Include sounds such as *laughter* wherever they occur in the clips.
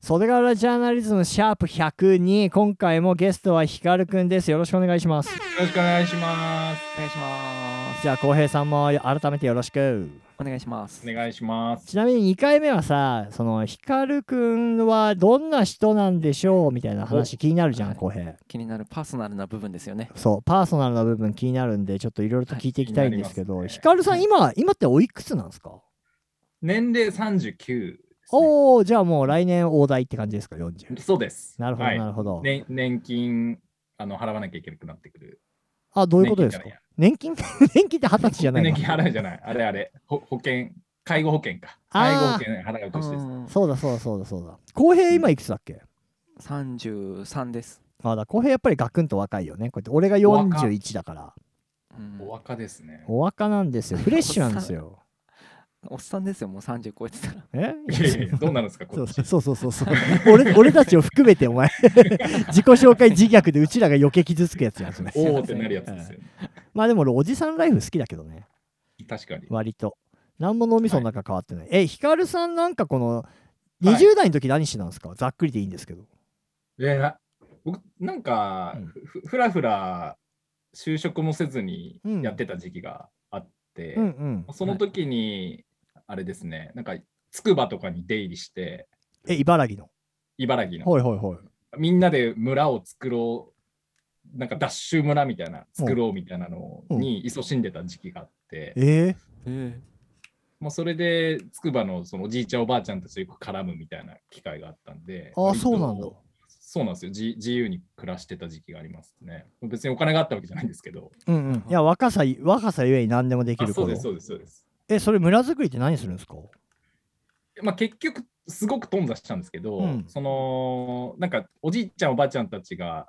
袖ヶ浦ジャーナリズムシャープ102今回もゲストはひかるくんですよろしくお願いしますよろしくお願いします。お願いします。じゃあ浩平さんも改めてよろしくお願いします。お願いします。ちなみに2回目はさそのひかるくんはどんな人なんでしょうみたいな話気になるじゃんはい浩平気になるパーソナルな部分ですよね。そうパーソナルな部分気になるんでちょっといろいろと聞いていきたいんですけど、はいひかるさん今、今っておいくつなんですか年齢三十九。おおじゃあもう来年大台って感じですか40そうです。なるほどはいなるほど、年年金あの払わなきゃいけなくなってくる。あどういうことですか年金 *laughs* 年金って二十歳じゃない年の金払うじゃない。あれあれ。ほ保険介護保険か。介護あー保険払う年です。そうだそうだそうだそうだ浩平今いくつだっけ三十三です。あだから浩平やっぱりガクンと若いよねこうやって俺が41だからうんお若ですね。お若なん *laughs* ですよフレッシュなんですよおっさんですよ。もう三十超えてたら。えいやいやいやどうなんですかそこうっち。そうそうそうそう俺俺たちを含めてお前 *laughs* 自己紹介自虐でうちらが余計傷つくやつやんそれおおってなるやつですよ、ね。まあでも俺おじさんライフ好きだけどね確かに。割と何も脳みその中変わってない、えひかるさんなんかこのい20代の時何してたんですか、ざっくりでいいんですけどえー、僕なんか、うんふふらふら就職もせずにうんやってた時期があって。うんうんその時に、あれですね、なんか、つくばとかに出入りして、え茨城の茨城の、はいはいはいみんなで村を作ろう、なんか、ダッシュ村みたいな、作ろうみたいなのに勤しんでた時期があって、ええもうそれで、つくばのそのおじいちゃん、おばあちゃんたちとよく絡むみたいな機会があったんで、あー割とそうなんだ。そうなんですよじ自由に暮らしてた時期がありますね。別にお金があったわけじゃないんですけど。ー、うんうんいや若さ若さゆえに何でもできあるそう頃です、そうです、そうです。えそれ村作りって何するんですかまあ、結局すごく頓挫したんですけど、うんそのなんかおじいちゃんおばあちゃんたちが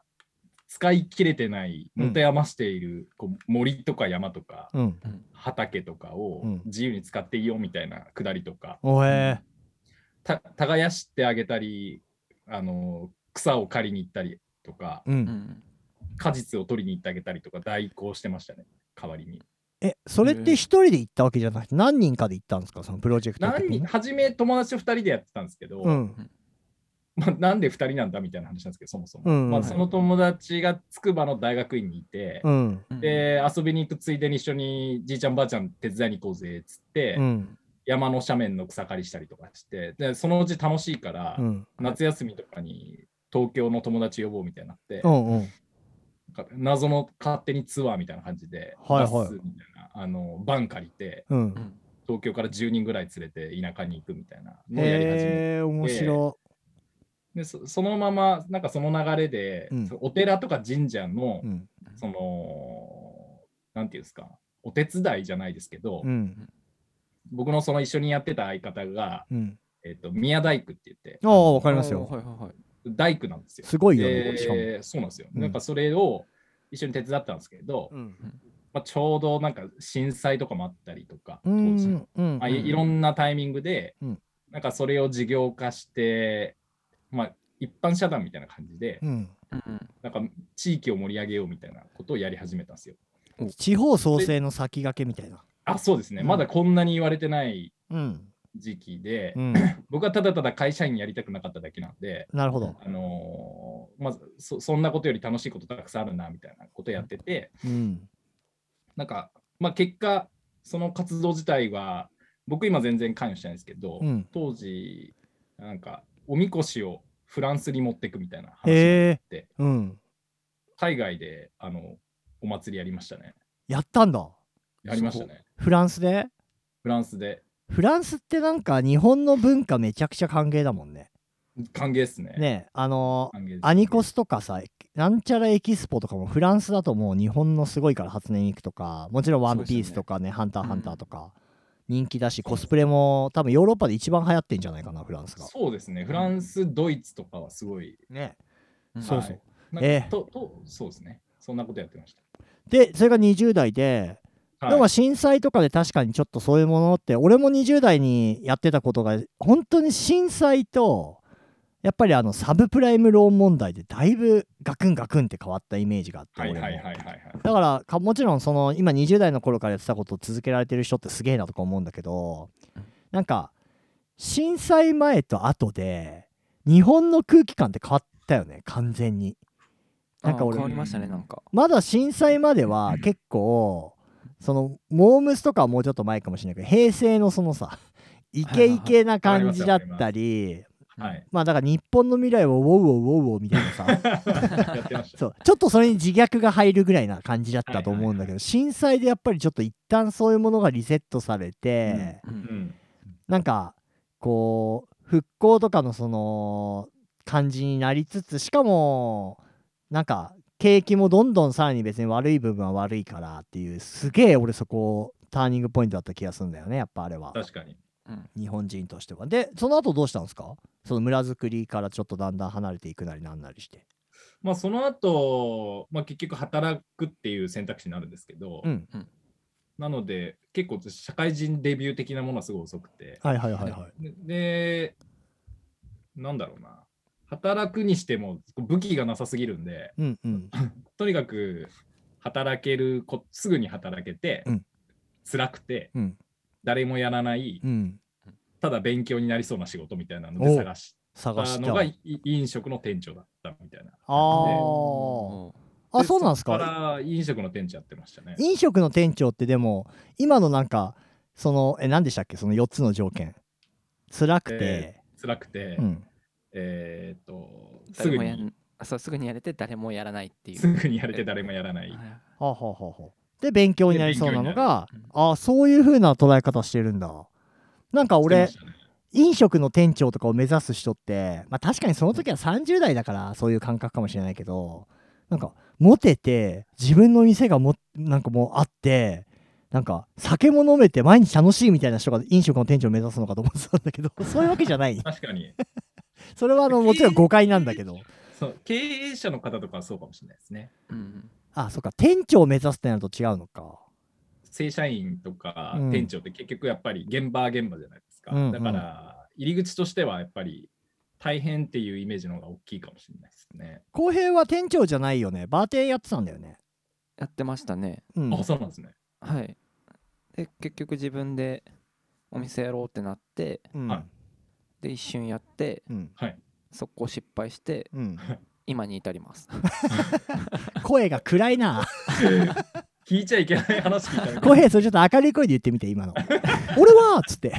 使い切れてないうん持て余している、こう森とか山とかうん畑とかをうん自由に使っていいよみたいなくだりとか、おへた耕してあげたりあの草を刈りに行ったりとかーうえうんん。果実を取りに行ってあげたりとか代行してましたね代わりにえそれって一人で行ったわけじゃなくて何人かで行ったんですかそのプロジェクト的何に人初め友達と2人でやってたんですけど、うんまあ、なんで2人なんだみたいな話なんですけど、そもそも。うんまあ、その友達が筑波の大学院にいて、うんうん、で遊びに行くついでに一緒にじいちゃんばあちゃん手伝いに行こうぜっつって、うん山の斜面の草刈りしたりとかしてでそのうち楽しいから、うん夏休みとかに東京の友達呼ぼうみたいになって、うんうんなんか謎の勝手にツアーみたいな感じで、はいはいバスみたいなあのバン借りてうんうん東京から10人ぐらい連れて田舎に行くみたいなのをやり始めてえー、面白でそそのままなんかその流れで、うんそのお寺とか神社の、うんそのなんていうんですかお手伝いじゃないですけど、うん僕のその一緒にやってた相方が、うんえっと宮大工って言ってああわかりますおよーはいはいはい。大工なんですよ。すごいよね、しかもでそうなんですよ、うんなんかそれを一緒に手伝ったんですけど、うんまあ、ちょうどなんか震災とかもあったりとか、う当時んうんまあ、いいろんなタイミングで、うんなんかそれを事業化して、まあ、一般社団みたいな感じで、うんうんなんか地域を盛り上げようみたいなことをやり始めたんですよ。地方創生の先駆けみたいな。あそうですね、うんまだこんなに言われてないうん。時期で、 *coughs* うん、僕はただただ会社員やりたくなかっただけなんで、なるほど。あのーまずそそんなことより楽しいことたくさんあるなみたいなことやってて、うん。なんか、まあ、結果、その活動自体は、僕今全然関与してないんですけど、うん、当時、なんか、おみこしをフランスに持っていくみたいな話になへっえ。て、うん。海外であのお祭りやりましたね。やったんだ。やりましたね。フランスで。フランスでフランスってなんか日本の文化めちゃくちゃ歓迎だもんね。歓迎ですね。ねえあの歓迎ですアニコスとかさ、なんちゃらエキスポとかもフランスだともう日本のすごいから初音ミクとか、もちろんワンピースとかね、ハンターハンターとか人気だし、コスプレも多分ヨーロッパで一番流行ってんじゃないかな、フランスが。そうですね。フランス、ドイツとかはすごい。ねうんそうはそうい。なんかええととそうですね。そんなことやってましで、それが20代で、た。ではもい、震災とかで確かにちょっとそういうものって俺も20代にやってたことが本当に震災とやっぱりあのサブプライムローン問題でだいぶガクンガクンって変わったイメージがあってはい俺はいもはいはいはい。だからかもちろんその今20代の頃からやってたことを続けられてる人ってすげえなとか思うんだけどなんか震災前と後で日本の空気感って変わったよね完全になんかあー俺変わりましたねなんかまだ震災までは結構そのモームスとかはもうちょっと前かもしれないけど平成のそのさイケイケな感じだったりはい。まあだから日本の未来をウォウウォウウォウウォウみたいなさ *laughs* やってました。そうちょっとそれに自虐が入るぐらいな感じだったと思うんだけど震災でやっぱりちょっと一旦そういうものがリセットされてううんん。なんかこう復興とかのその感じになりつつしかもなんか景気もどんどんさらに別に悪い部分は悪いからっていうすげえ俺そこターニングポイントだった気がするんだよねやっぱあれは確かに。日本人としてはでその後どうしたんですかその村づくりからちょっとだんだん離れていくなりなんなりしてまあ、その後、まあ、結局働くっていう選択肢になるんですけど、うんなので、結構社会人デビュー的なものはすごい遅くて。はいはいはいはいでで、なんだろうな。働くにしても武器がなさすぎるんで、うんうんとにかく働けるこ、すぐに働けて、うん辛くて、うん誰もやらない、うんただ勉強になりそうな仕事みたいなので探し探たしのたがあい飲食の店長だったみたいな。あおーーあそうなんですだかから飲食の店長やってましたね。飲食の店長ってでも今のなんかそのえ何でしたっけその4つの条件辛くて、辛くて、うん、えーっと、す誰ぐもやんに、あそうすぐにやれて誰もやらないっていうすぐにやれて誰もやらない。はいはあ、はあはあはあで勉強になりそうなのがで勉強になるああそういう風な捉え方してるんだなんか俺してましたね飲食の店長とかを目指す人って、まあ、確かにその時は30代だからそういう感覚かもしれないけどなんかモテて自分の店がもなんかもうあってなんか酒も飲めて毎日楽しいみたいな人が飲食の店長を目指すのかと思ってたんだけど *laughs* そういうわけじゃない確かにそれはあのもちろん誤解なんだけどそう、経営者の方とかはそうかもしれないですね。うん *laughs* あそっか店長を目指すってなると違うのか正社員とかうん店長って結局やっぱり現場は現場じゃないですか。うんうんだから、入り口としてはやっぱり大変っていうイメージの方が大きいかもしれないですね。浩平は店長じゃないよねバーテンやってたんだよねやってましたねうんあ、そうなんで *laughs* すね。はいで結局自分でお店やろうってなってうんはいで一瞬やってうんはい。速攻失敗して *laughs* うん、今に至ります声が暗いな聞いちゃいけない話聞い *laughs* たみたい浩平それちょっと明るい声で言ってみて今 *laughs* の俺はっつって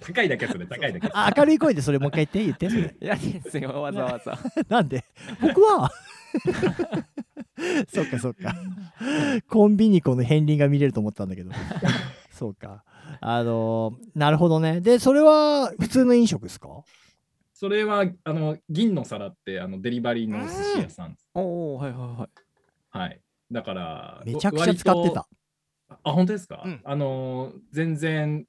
高いだけそれ、高いだけ。あ明るい声でそれもう一回言って言って *laughs* 嫌ですよわざわざなんで僕は *laughs* そっかそっかコンビニこの片鱗が見れると思ったんだけどそうかあのーなるほどねでそれは普通の飲食ですかそれは、あの、銀の皿って、あの、デリバリーのお寿司屋さん。 *laughs* おおはいはいはいはい。だから、めちゃくちゃ使ってた割と。あ、本当ですか、うんあの、全然、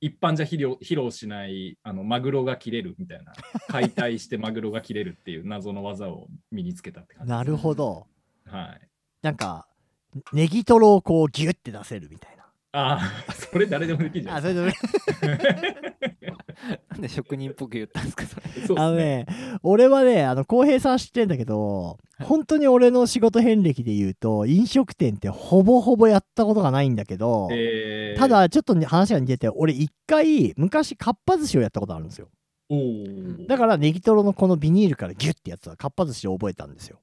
一般じゃ披露披露しないあのマグロが切れるみた *laughs* いな解体してマグロが切れるっていう謎の技を身につけたって感じなるほどはいなんかネギトロをこうギュッて出せるみたいああ *laughs* それ誰でもできるじなゃあんそれで *laughs* なんで職人っぽく言ったんですかそれそうであすのねね俺はねあの浩平さん知ってんだけど本当に俺の仕事遍歴で言うと飲食店ってほぼほぼやったことがないんだけど、えーただちょっとね話が似てて俺一回昔かっぱ寿司をやったことあるんですよおーだからネギトロのこのビニールからギュッてやつはかっぱ寿司を覚えたんですよ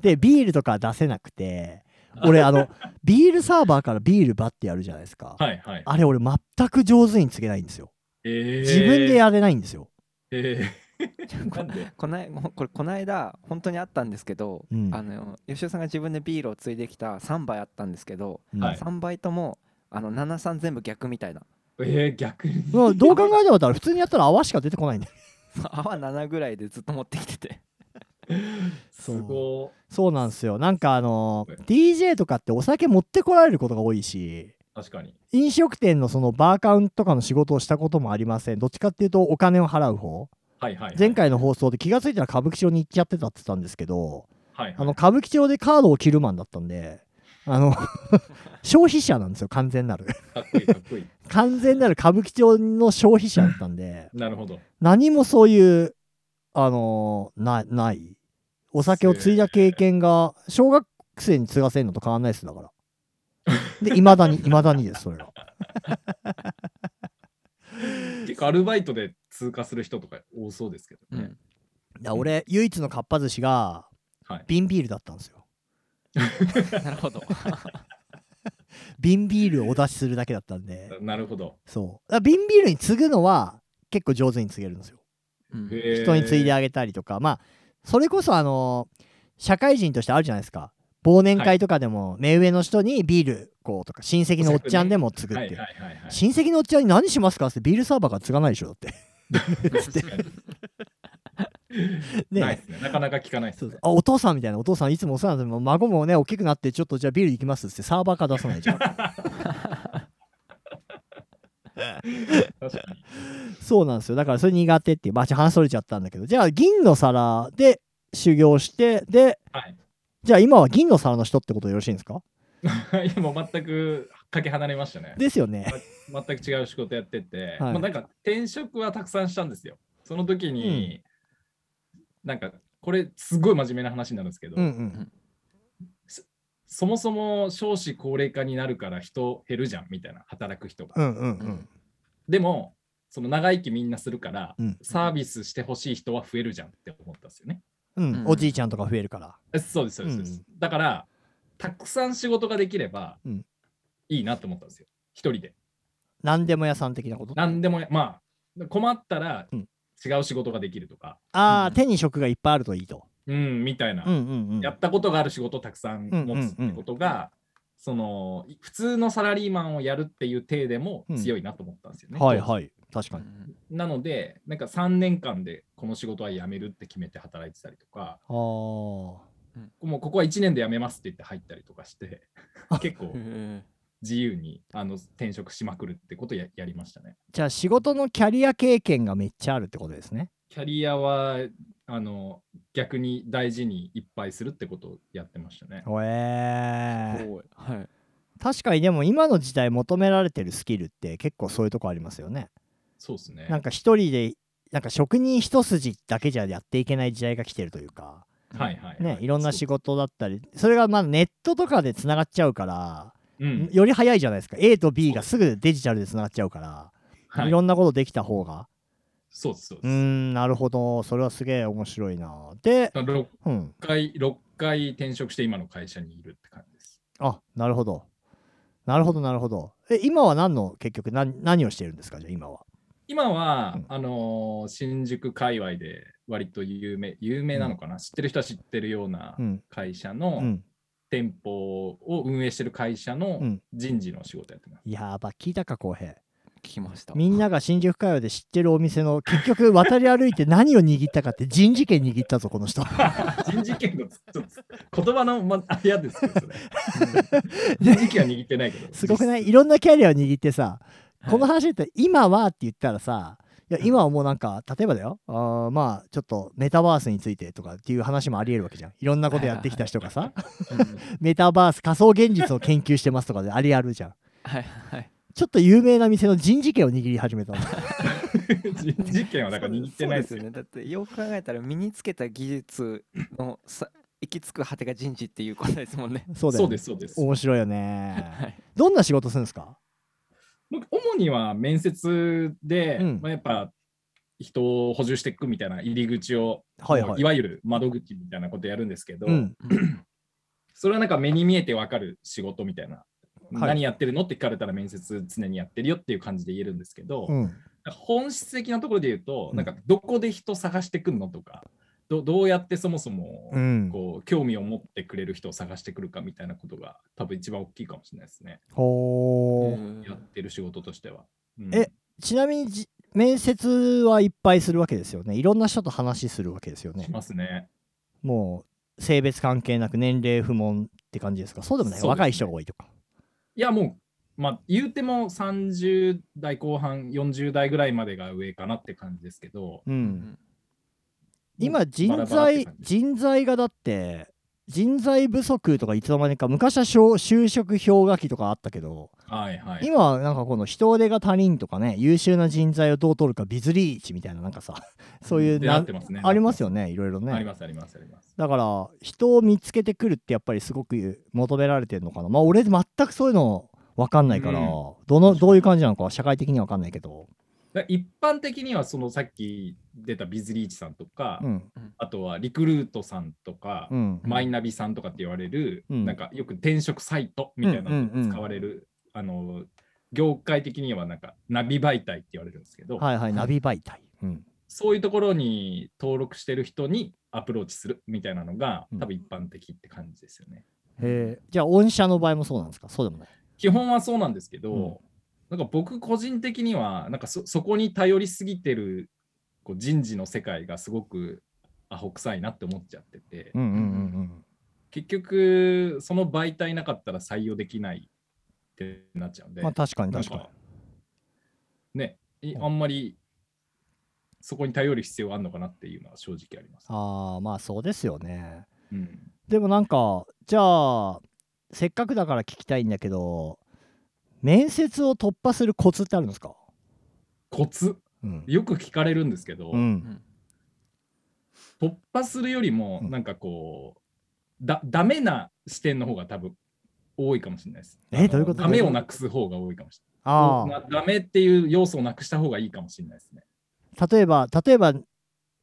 でビールとか出せなくて俺あのビールサーバーからビールバッてやるじゃないですか、はいはいあれ俺全く上手につけないんですよ自自分でやれないんですよ、えーこなんでこないもうこれこの間本当にあったんですけど、うんあの吉尾さんが自分でビールをついできた3杯あったんですけど、うんはい3杯ともあの73全部逆みたいな *laughs* えー、逆にもうどう考えてもだから普通にやったら泡しか出てこないんだよ泡7ぐらいでずっと持ってきててすご *laughs* そうなんですよなんかあのそう DJ とかってお酒持ってこられることが多いしい確かに飲食店のそのバーカウントとかの仕事をしたこともありませんどっちかっていうとお金を払う方はいはい、はい、前回の放送で気がついたら歌舞伎町に行っちゃってたって言ったんですけどはい、はい、あの歌舞伎町でカードを切るマンだったんであの *laughs* 消費者なんですよ完全なる *laughs* かっこいいかっこいい完全なる歌舞伎町の消費者だったんでなるほど何もそういうあのーなないお酒を継いだ経験が小学生に継がせるのと変わんないですだ *laughs* からでいまだにいまだにですそれが結構アルバイトで通過する人とか多そうですけどうね。んだ俺唯一のかっぱ寿司がはい。瓶ビールだったんですよ *laughs* なるほど。瓶ビールをお出しするだけだったんでなるほど。そうだから瓶ビールに継ぐのは結構上手に継げるんですようんへー人に継いであげたりとか、まあそれこそあの社会人としてあるじゃないですか忘年会とかでも目上の人にビールこうとか親戚のおっちゃんでも継ぐっはてい、いうはいはいはい。親戚のおっちゃんに何しますかってビールサーバーが継がないでしょだって確 *laughs* かにねないですね。なかなか聞かないですそうねそう。あお父さんみたいなお父さんいつもお世話になってもう孫もね大きくなってちょっとじゃあビール行きますっつってサーバーから出さないじゃん確かに。そうなんですよだからそれ苦手っていうまあちょっと話それちゃったんだけどじゃあ銀の皿で修行してではい。じゃあ今は銀の皿の人ってことでよろしいんですかいや *laughs* もう全くかけ離れましたね。ですよね全く違う仕事やってはて、いまあ、なんか転職はたくさんしたんですよ。その時に、なんかこれすごい真面目な話になるんですけど、うんうんそもそも少子高齢化になるから人減るじゃんみたいな働く人が。うんうんうんでもその長生きみんなするから、うんサービスしてほしい人は増えるじゃんって思ったんですよね。うん、うんおじいちゃんとか増えるからえそうですそうです。そうですだからたくさん仕事ができれば、うんいいなと思ったんですよ。一人で。何でも屋さん的なこと何でもやまあ困ったらうん違う仕事ができるとか、ああ、うん手に職がいっぱいあるといいとうん、みたいな、うんうんうんやったことがある仕事をたくさん持つってことが、そのい普通のサラリーマンをやるっていう体でも強いなと思ったんですよね。はい当時はい確かになのでなんか3年間でこの仕事は辞めるって決めて働いてたりとかあーもうここは1年で辞めますって言って入ったりとかしてあ結構へ自由にあの転職しまくるってことをややりましたね。じゃあ仕事のキャリア経験がめっちゃあるってことですねキャリアはあの逆に大事にいっぱいするってことをやってましたね。ほえーーすごいはい。確かにでも今の時代求められてるスキルって結構そういうとこありますよね。そうですね。なんか一人でなんか職人一筋だけじゃやっていけない時代が来てるというか、はいはい、ね、いろんな仕事、事だったりそれがまあネットとかでつながっちゃうから、うんより早いじゃないですか A と B がすぐデジタルでつながっちゃうから、はいい、ろんなことできた方がそうですそううでーす。んなるほどそれはすげえ面白いなで、 6うん、回、6回転職して今の会社にいるって感じです。あなるほどなるほどなるほどえ今は何の結局何何をしてるんですかじゃあ今は今は、うんあのー新宿界隈で割と有名、有名なのかな、知ってる人は知ってるようなうん会社うのん店舗を運営してる会社のうん人事の仕事やってます。やば聞いたか浩平聞きました。みんなが新宿界隈で知ってるお店 *laughs* の結局渡り歩いて何を握ったかって人事権握ったぞこの *laughs* 人人事権のちょっと言葉の、ま、あれ嫌ですけど、 *laughs* それ人事権は握ってないけど。すごくない実いろんなキャリアを握ってさはいこの話で言ったら今はって言ったらさいや今はもうなんか例えばだよあーまあちょっとメタバースについてとかっていう話もありえるわけじゃんいろんなことやってきた人がさうん *laughs* メタバース仮想現実を研究してますとかでありあるじゃんはいはい。ちょっと有名な店の人事権を握り始め *laughs* たの人事権はなんか握ってないですそよ。うですよね。だってよく考えたら身につけた技術のさ行き着く果てが人事っていうことですもんね。そうだそようでねす、そうです。面白いよはねい。どんな仕事するんですか僕主には面接で、うんまあ、やっぱ人を補充していくみたいな入り口を、はいもはういいわゆる窓口みたいなことやるんですけど、うんそれはなんか目に見えてわかる仕事みたいな、はい何やってるのって聞かれたら面接常にやってるよっていう感じで言えるんですけど、うんなんか本質的なところで言うと、うんなんかどこで人探してくるのとかどどうやってそもそも、うんこう興味を持ってくれる人を探してくるかみたいなことが多分一番大きいかもしれないですね、ほーうんやってる仕事としては。うんえちなみにじ面接はいっぱいするわけですよねいろんな人と話するわけですよねしますね。もう性別関係なく年齢不問って感じですかそうでもない、そうですね若い人が多いとかいやもう、まあ、言うても30代後半、40代ぐらいまでが上かなって感じですけど、ううんん今人バラ材バラって感じ人材がだって人材不足とかいつの間にか昔は就就職氷河期とかあったけど、はいはい。今はなんかこの人手が足りんとかね優秀な人材をどう取るかビズリーチみたいななんかさそういうってななってますね。ありますよね。ねいろいろねありますありますあります。だから人を見つけてくるってやっぱりすごく求められてるのかなまあ俺全くそういうの分かんないから、うんどのどういう感じなのかは社会的には分かんないけどだから一般的にはそのさっき出たビズリーチさんとか、うんあとはリクルートさんとか、うんマイナビさんとかって言われる、うんなんかよく転職サイトみたいなのうんうんうにん使われる、あの業界的にはなんかナビ媒体って言われるんですけど、はいはいナビ媒体うんそういうところに登録してる人にアプローチするみたいなのがうん多分一般的って感じですよね。へえじゃあ御社の場合もそうなんですかそうでもない基本はそうなんですけど、うんなんか僕個人的にはなんかそそこに頼りすぎてるこう人事の世界がすごくアホ臭いなって思っちゃってて、うんうんうん結局その媒体なかったら採用できないってなっちゃうんうで、んまあ確かになん確かにかねいあんまりそこに頼る必要があるのかなっていうのは正直あります。ああまあそうですよねうんでもなんかじゃあせっかくだから聞きたいんだけど面接を突破するコツってあるんですかコツうん、よく聞かれるんですけど、うん、突破するよりもうんなんかこう、だダメな視点の方が多分多いかもしれないです。えあのどういうことダメをなくす方が多いかもしれあない。なダメっていう要素をなくした方がいいかもしれないですね。あ例えば例えば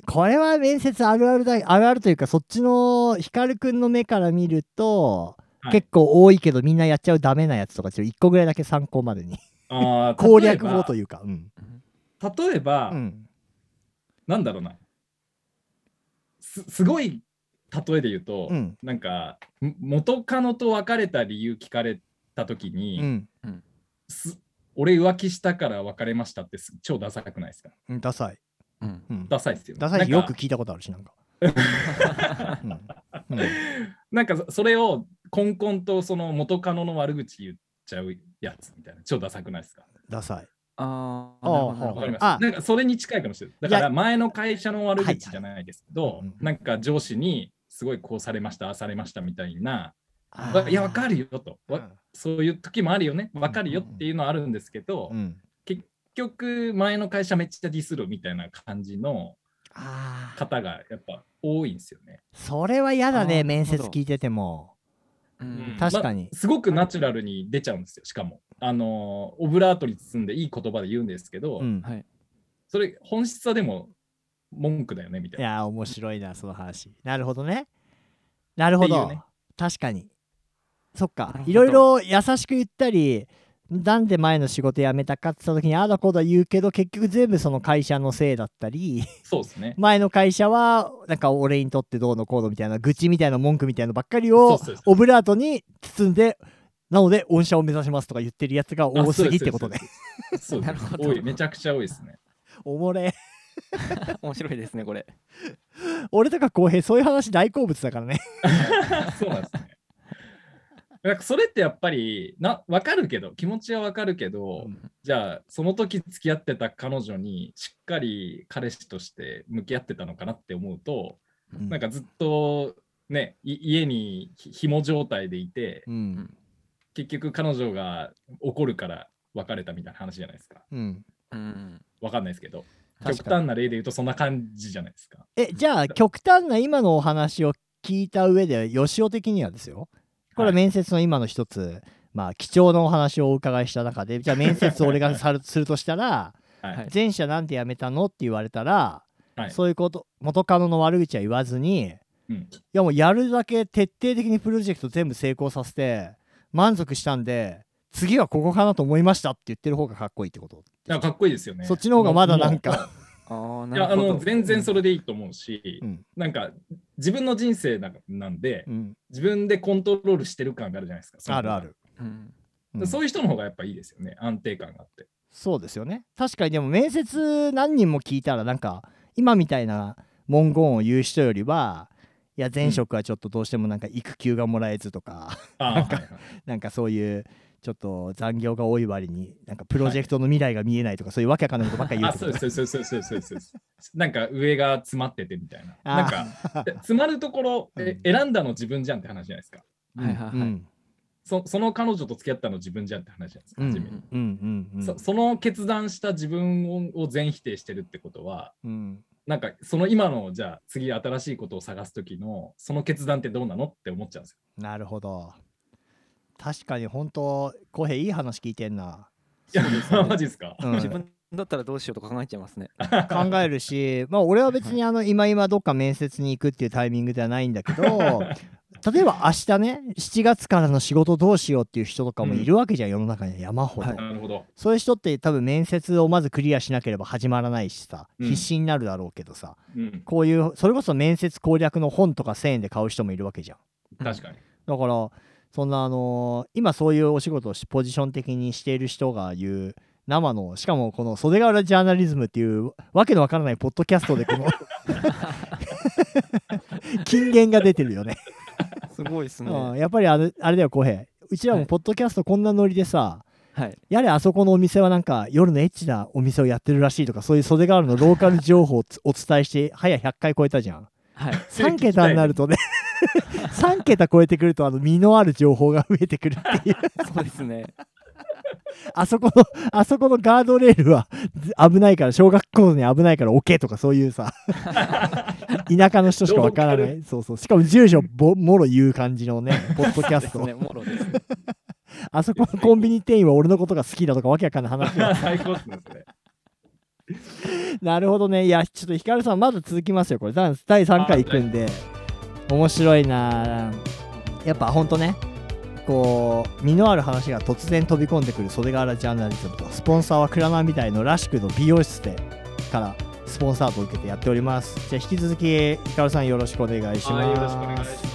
これは面接あるあるだあるあるというかそっちの光くんの目から見ると、はい結構多いけどみんなやっちゃうダメなやつとかちょっと1個ぐらいだけ参考 *laughs* までにあー攻略法と例えいうかうん、ば例えば、うん、なんだろうなすすごい例えで言うと、うんなんかん元カノと別れた理由聞かれた時に、うんす俺浮気したから別れましたってす超ダサくないですかうんダサい、うんうん、ダサいですよね。ダサいしなんよくか聞いたことあるしなん *laughs* か、うんうんなんかそそれをコンコンとその元カノの悪口言っちゃうやつみたいな超ダサくないですかダサいあああ、なるほどなるわほかどりあ。ますなんかそれに近いかもしれないだかいやら前の会社の悪口じゃないですけど、はいはいうんなんか上司にすごいこうされましたああされましたみたいなあわーいやわかるよと、うわんそういう時もあるよねわかるよっていうのはあるんですけど、うん結局前の会社めっちゃディスるみたいな感じのああ方がやっぱ多いんですよね。それは嫌だあねー面接なるほど聞いててもうん確かにまあすごくナチュラルに出ちゃうんですよ、しかも。あのーオブラートに包んでいい言葉で言うんですけど、うんはい。それ本質はでも文句だよねみたいいな。やー面白いなその話なるほどねなるほど、っていうね確かにそっなるかほどいろいろ優しく言ったりなんで前の仕事辞めたかって言った時にああだこうだ言うけど結局全部その会社のせいだったりそうですね。前の会社はなんか俺にとってどうのこうのみたいな愚痴みたいな文句みたいなばっかりそをうそうそうオブラートに包んでなので御社を目指しますとか言ってるやつが多すぎってことね。あそうです *laughs* なるそうですそうでほすど多い、めちゃくちゃ多いですね。おもれ面白いですね、これ。俺とか浩平そういう話大好物だからねそうなんですね。なんかそれってやっぱりな分かるけど気持ちは分かるけど、うんじゃあその時付き合ってた彼女にしっかり彼氏として向き合ってたのかなって思うと、なんかずっとねい家にひ紐状態でいて、うん結局彼女が怒るから別れたみたいな話じゃないですかうんうん。分かんないですけど確極かに端な例で言うとそんな感じじゃないですかえじゃあ極端な今のお話を聞いた上で吉尾的にはですよこれは面接の今の一つ、まあ貴重なお話をお伺いした中でじゃあ面接を俺がさるするとしたらはい、はい前者なんで辞めたのって言われたら、はいそういうこと元カノの悪口は言わずにうんいやもうやるだけ徹底的にプロジェクト全部成功させて満足したんで次はここかなと思いましたって言ってる方がかっこいいってこと、なんかかっこいいですよねそっちの方がまだなんかああ、もういなやあるほど。の全然それでいいと思 *laughs* うし、うんなんか自分の人生なんかなんで、うん自分でコントロールしてる感があるじゃないですかそのあるある、うん。うんそういう人の方がやっぱいいですよね安定感があってそうですよね確かにでも面接何人も聞いたらなんか今みたいな文言を言う人よりはいや前職はちょっとどうしてもなんか育休がもらえずとか、あなんかーはいはいなんかそういうちょっと残業が多い割になんかプロジェクトの未来が見えないとか、そういうわけわかんないことばっかり言うあってことそうですそうですそうですそうですそうですなんか上が詰まっててみたいなあーなんかで詰まるところ、え選んだの自分じゃんって話じゃないですかうんはいはいはいうんそその彼女と付き合ったの自分じゃんって話じゃないですか、うん初めうにんうんうんうんそその決断した自分を全否定してるってことはうんなんかその今のじゃあ次新しいことを探す時のその決断ってどうなのって思っちゃうんですよ。なるほど確かに本当浩平いい話聞いてんな、いや *laughs* マジですか、うん自分だったらどうしようとか考えちゃい *laughs* ますね。考えるしまあ俺は別にあの今今どっか面接に行くっていうタイミングではないんだけど例えば明日ね7月からの仕事どうしようっていう人とかもいるわけじゃん、世の中には山ほど、はいなるほど。そういう人って多分面接をまずクリアしなければ始まらないしさ、うん必死になるだろうけどさうん、こういうそれこそ面接攻略の本とか1000円で買う人もいるわけじゃん確かに。 *laughs* だからそんなあのー今そういうお仕事をしポジション的にしている人が言う生のしかもこの「袖ヶ浦ジャーナリズム」っていうわけのわからないポッドキャストでこの *laughs* 金言が出てるよね、すごいですね。うん、はやっぱりあれあれだよ浩平うちらはもいポッドキャストこんなノリでさ、い。やれあそこのお店はなんか夜のエッチなお店をやってるらしいとかそういう袖があるのローカル情報をつお伝えして *laughs* 早100回超えたじゃんはい。 3桁になるとね3桁超えてくるとあの身のある情報が増えてくるっていう *laughs* そうですね。あそこのあそこのガードレールはず危ないから小学校に危ないから OK とかそういう *laughs* さ田舎の人しかわからロなーカいそうそうしかも住所ぼもろ言う感じの *laughs* ねポッドキャスですトね。もろですね。あそこのコンビニ店員は俺のことが好きだとかわけわかんない話最高ですね、それ。 *laughs* なるほどね。いや、ちょっとヒカルさん、まだ続きますよ、これ。第第3回いくんで、面白いなぁやっぱ、ほんとね、こう、身のある話が突然飛び込んでくる袖ヶ原ジャーナリズムとか、スポンサーはクラナみたいのらしくの美容室でからスポンサーと受けてやっております。じゃあ、引き続き、ヒカルさん、よろしくお願いします。はいよろしくお願いします。